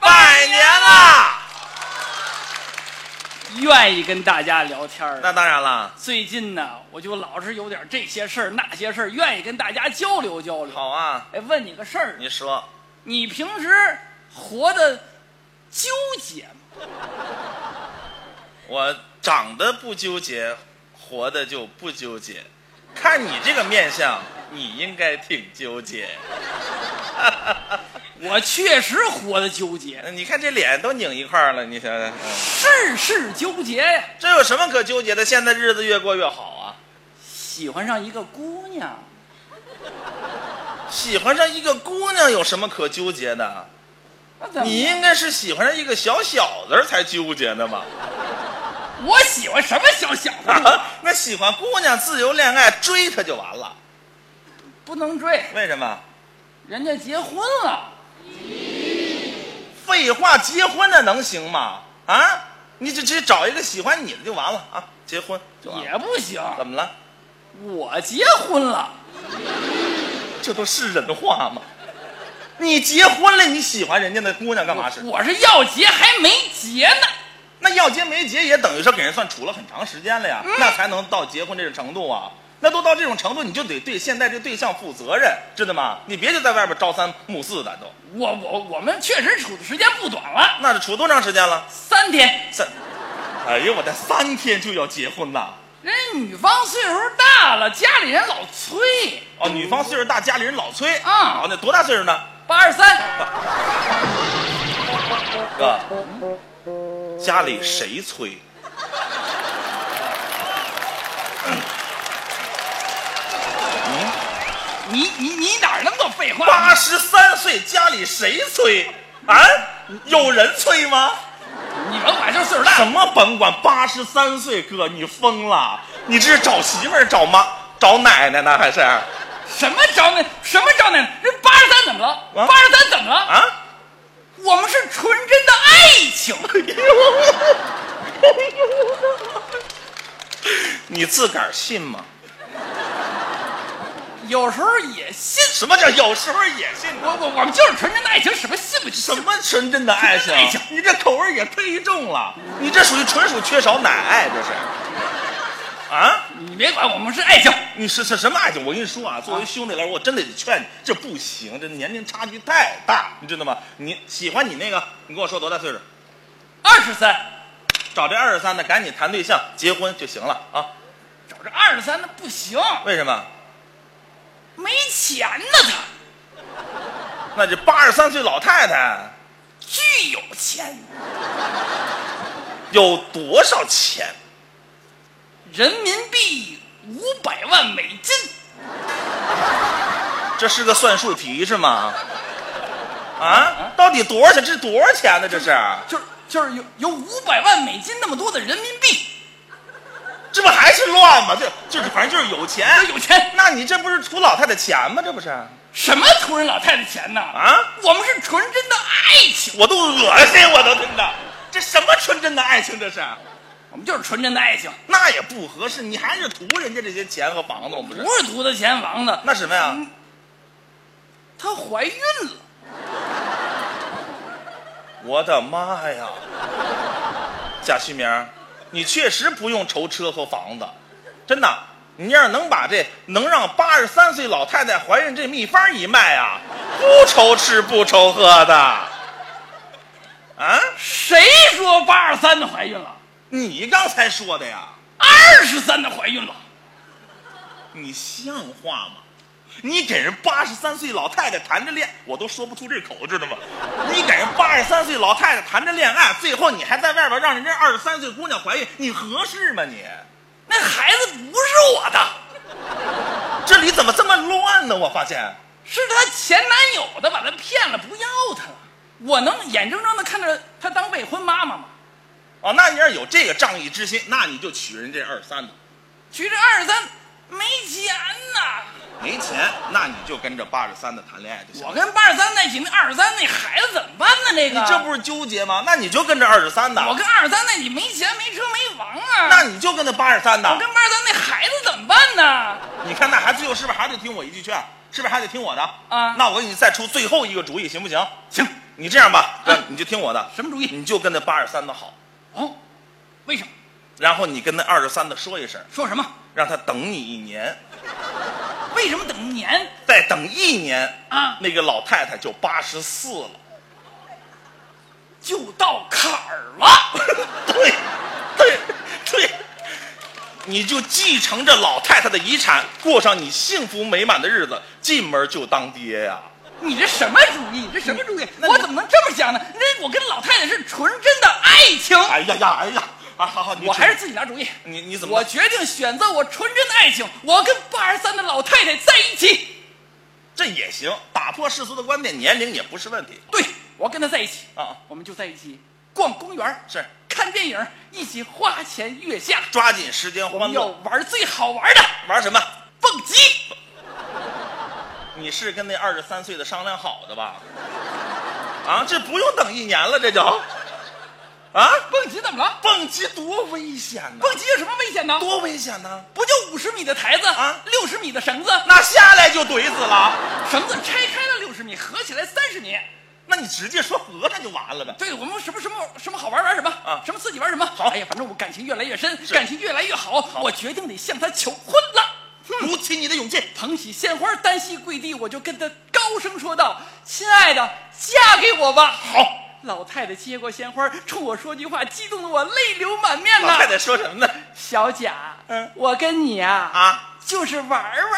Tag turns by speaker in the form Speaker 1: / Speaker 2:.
Speaker 1: 拜年
Speaker 2: 啊
Speaker 1: 啦！
Speaker 2: 愿意跟大家聊天儿。
Speaker 1: 那当然了，
Speaker 2: 最近呢，我就老是有点这些事儿那些事儿，愿意跟大家交流交流。
Speaker 1: 好啊，
Speaker 2: 哎，问你个事儿，
Speaker 1: 你说
Speaker 2: 你平时活的纠结吗？
Speaker 1: 我长得不纠结，活的就不纠结。看你这个面相，你应该挺纠结。
Speaker 2: 我确实活的纠结，
Speaker 1: 你看这脸都拧一块儿了，你想想，嗯
Speaker 2: 事事纠结呀。
Speaker 1: 这有什么可纠结的？现在日子越过越好啊。
Speaker 2: 喜欢上一个姑娘，
Speaker 1: 喜欢上一个姑娘有什么可纠结的？
Speaker 2: 那怎么
Speaker 1: 你应该是喜欢上一个小小子儿才纠结的嘛。
Speaker 2: 我喜欢什么小小子？
Speaker 1: 啊，那喜欢姑娘自由恋爱，追她就完了。
Speaker 2: 不能追，
Speaker 1: 为什么？
Speaker 2: 人家结婚了。
Speaker 1: 废话，结婚那能行吗？啊，你就直接找一个喜欢你的就完了啊，结婚就完了。
Speaker 2: 也不行，
Speaker 1: 怎么了？
Speaker 2: 我结婚了，
Speaker 1: 这都是人话吗？你结婚了，你喜欢人家那姑娘干嘛是？
Speaker 2: 我是要结还没结呢。
Speaker 1: 那要结没结也等于说给人算处了很长时间了呀，那才能到结婚这种程度啊。那都到这种程度，你就得对现在这对象负责任，知道吗？你别就在外边朝三暮四的都。
Speaker 2: 我我我们确实处的时间不短了，
Speaker 1: 那这处多长时间了？
Speaker 2: 三天。
Speaker 1: 三，哎呦我的，三天就要结婚了。
Speaker 2: 人家女方岁数大了，家里人老催，
Speaker 1: 哦，女方岁数大，家里人老催
Speaker 2: 啊
Speaker 1: 哦，那多大岁数呢？
Speaker 2: 八十三，
Speaker 1: 哥，家里谁催？
Speaker 2: 你你你哪儿那么多废话？
Speaker 1: 八十三岁，家里谁催？啊，有人催吗？
Speaker 2: 你甭管，就是岁数大。
Speaker 1: 什么甭管，八十三岁，哥，你疯了？你这是找媳妇儿、找妈、找奶奶呢，还是？啊
Speaker 2: 什么招那什么招那？人八十三怎么了？
Speaker 1: 啊
Speaker 2: 八十三怎么了？
Speaker 1: 啊？
Speaker 2: 我们是纯真的爱情。
Speaker 1: 哎你自个儿信吗？
Speaker 2: 有时候也信。
Speaker 1: 什么叫有时候也信呢？
Speaker 2: 我我我们就是纯真的爱情，什么信不
Speaker 1: 什？
Speaker 2: 信
Speaker 1: 么纯真的爱情？
Speaker 2: 爱情
Speaker 1: 你这口味也忒重了，你这属于纯属缺少奶爱，这是。啊？
Speaker 2: 你别管，我们是爱情。
Speaker 1: 你是是什么爱情？我跟你说啊，作为兄弟来说，我真得劝你，这不行，这年龄差距太大，你知道吗？你喜欢你那个，你跟我说多大岁数？
Speaker 2: 二十三，
Speaker 1: 找这二十三的，赶紧谈对象，结婚就行了啊？
Speaker 2: 找这二十三的不行，
Speaker 1: 为什么？
Speaker 2: 没钱呢他，
Speaker 1: 那这八十三岁老太太
Speaker 2: 巨有钱，
Speaker 1: 有多少钱？
Speaker 2: 人民币五百万美金，
Speaker 1: 这是个算术题是吗？啊？到底多少钱？这是多少钱呢？这是？
Speaker 2: 就是就是有有五百万美金那么多的人民币，
Speaker 1: 这不还是乱吗？这就是反正就是有钱。
Speaker 2: 有钱
Speaker 1: 那你这不是图老太太钱吗？这不是？
Speaker 2: 什么图人老太太钱呢？
Speaker 1: 啊，
Speaker 2: 我们是纯真的爱情，
Speaker 1: 我都恶心，我都听着。这什么纯真的爱情？这是？
Speaker 2: 我们就是纯真的爱情，
Speaker 1: 那也不合适，你还是图人家这些钱和房子，我不是？
Speaker 2: 不是图他钱房子。
Speaker 1: 那什么呀？
Speaker 2: 她怀孕了，
Speaker 1: 我的妈呀！贾旭明，你确实不用愁车和房子，真的。你要是能把这能让八十三岁老太太怀孕这秘方一卖啊，不愁吃不愁喝的。啊，
Speaker 2: 谁说八十三的怀孕了？
Speaker 1: 你刚才说的呀，
Speaker 2: 二十三的怀孕了，
Speaker 1: 你像话吗？你给人八十三岁老太太谈着恋，我都说不出这口，知道吗？你给人八十三岁老太太谈着恋爱，最后你还在外边让人家二十三岁姑娘怀孕，你合适吗你？
Speaker 2: 那孩子不是我的，
Speaker 1: 这里怎么这么乱呢？我发现
Speaker 2: 是她前男友的，把她骗了，不要她了。我能眼睁睁的看着她当未婚妈妈吗？
Speaker 1: 哦，那你要是有这个仗义之心，那你就娶人这二三的，
Speaker 2: 娶这二十三没钱呐！
Speaker 1: 没钱，那你就跟着八十三的谈恋爱就行
Speaker 2: 我
Speaker 1: 了。
Speaker 2: 跟八十三在一起，那二十三那孩子怎么办呢？这
Speaker 1: 你
Speaker 2: 个
Speaker 1: 这不是纠结吗？那你就跟着二十三的，
Speaker 2: 我跟二十三在一起没钱没车没房啊！
Speaker 1: 那你就跟着八十三
Speaker 2: 我
Speaker 1: 的。
Speaker 2: 跟八十三那孩子怎么办呢？
Speaker 1: 你看那还最后是不是还得听我一句劝？是不是还得听我的？
Speaker 2: 啊
Speaker 1: 那我给你再出最后一个主意，行不行？
Speaker 2: 行，
Speaker 1: 你这样 吧，
Speaker 2: 啊
Speaker 1: 哥，你就听我的，
Speaker 2: 什么主意？
Speaker 1: 你就跟那八十三的好，
Speaker 2: 哦，为什么？
Speaker 1: 然后你跟那二十三的说一声，
Speaker 2: 说什么？
Speaker 1: 让他等你一年，
Speaker 2: 为什么等一年
Speaker 1: 再等一年，
Speaker 2: 啊
Speaker 1: 那个老太太就八十四了。
Speaker 2: 就到坎儿了？
Speaker 1: 对，对，对，你就继承着老太太的遗产，过上你幸福美满的日子，进门就当爹呀、
Speaker 2: 你这什么主意？你这什么主意？
Speaker 1: 那你
Speaker 2: 我怎么能这么想呢？那我跟老太太是纯真的爱情，
Speaker 1: 哎呀呀，哎呀，啊，好好，你
Speaker 2: 我
Speaker 1: 吃
Speaker 2: 还是自己拿主意。
Speaker 1: 你你怎么
Speaker 2: 我
Speaker 1: 了？
Speaker 2: 决定选择我纯真的爱情，我要跟八十三的老太太在一起。
Speaker 1: 这也行，打破世俗的观点，年龄也不是问题
Speaker 2: 对，我要跟她在一起，
Speaker 1: 啊。
Speaker 2: 我们就在一起逛公园，
Speaker 1: 是
Speaker 2: 看电影，一起花前月下，
Speaker 1: 抓紧时间
Speaker 2: 我
Speaker 1: 欢
Speaker 2: 们要
Speaker 1: 乐，
Speaker 2: 玩最好玩的
Speaker 1: 玩什么？
Speaker 2: 蹦极。
Speaker 1: 你是跟那二十三岁的商量好的吧？啊，这不用等一年了，这就啊，
Speaker 2: 蹦极怎么了？
Speaker 1: 蹦极多危险呐、
Speaker 2: 蹦极有什么危险呢？
Speaker 1: 多危险呐、
Speaker 2: 不就五十米的台子
Speaker 1: 啊
Speaker 2: 六十米的绳子，
Speaker 1: 那下来就怼死了。
Speaker 2: 绳子拆开了六十米，合起来三十米。
Speaker 1: 那你直接说合着就完了呗。
Speaker 2: 对，我们什么什么什么好玩玩什么
Speaker 1: 啊
Speaker 2: 什么刺激玩什么。
Speaker 1: 好
Speaker 2: 哎呀，反正我感情越来越深，感情越来越好，我决定得向她求婚了。
Speaker 1: 鼓起你的勇气，
Speaker 2: 捧起鲜花，单膝跪地，我就跟她高声说道：“亲爱的，嫁给我吧！”
Speaker 1: 好。
Speaker 2: 老太太接过鲜花，冲我说句话，激动的我泪流满面
Speaker 1: 老太
Speaker 2: 呐。
Speaker 1: 太说什么呢？
Speaker 2: 小贾，
Speaker 1: 嗯
Speaker 2: 我跟你啊
Speaker 1: 啊，
Speaker 2: 就是玩玩。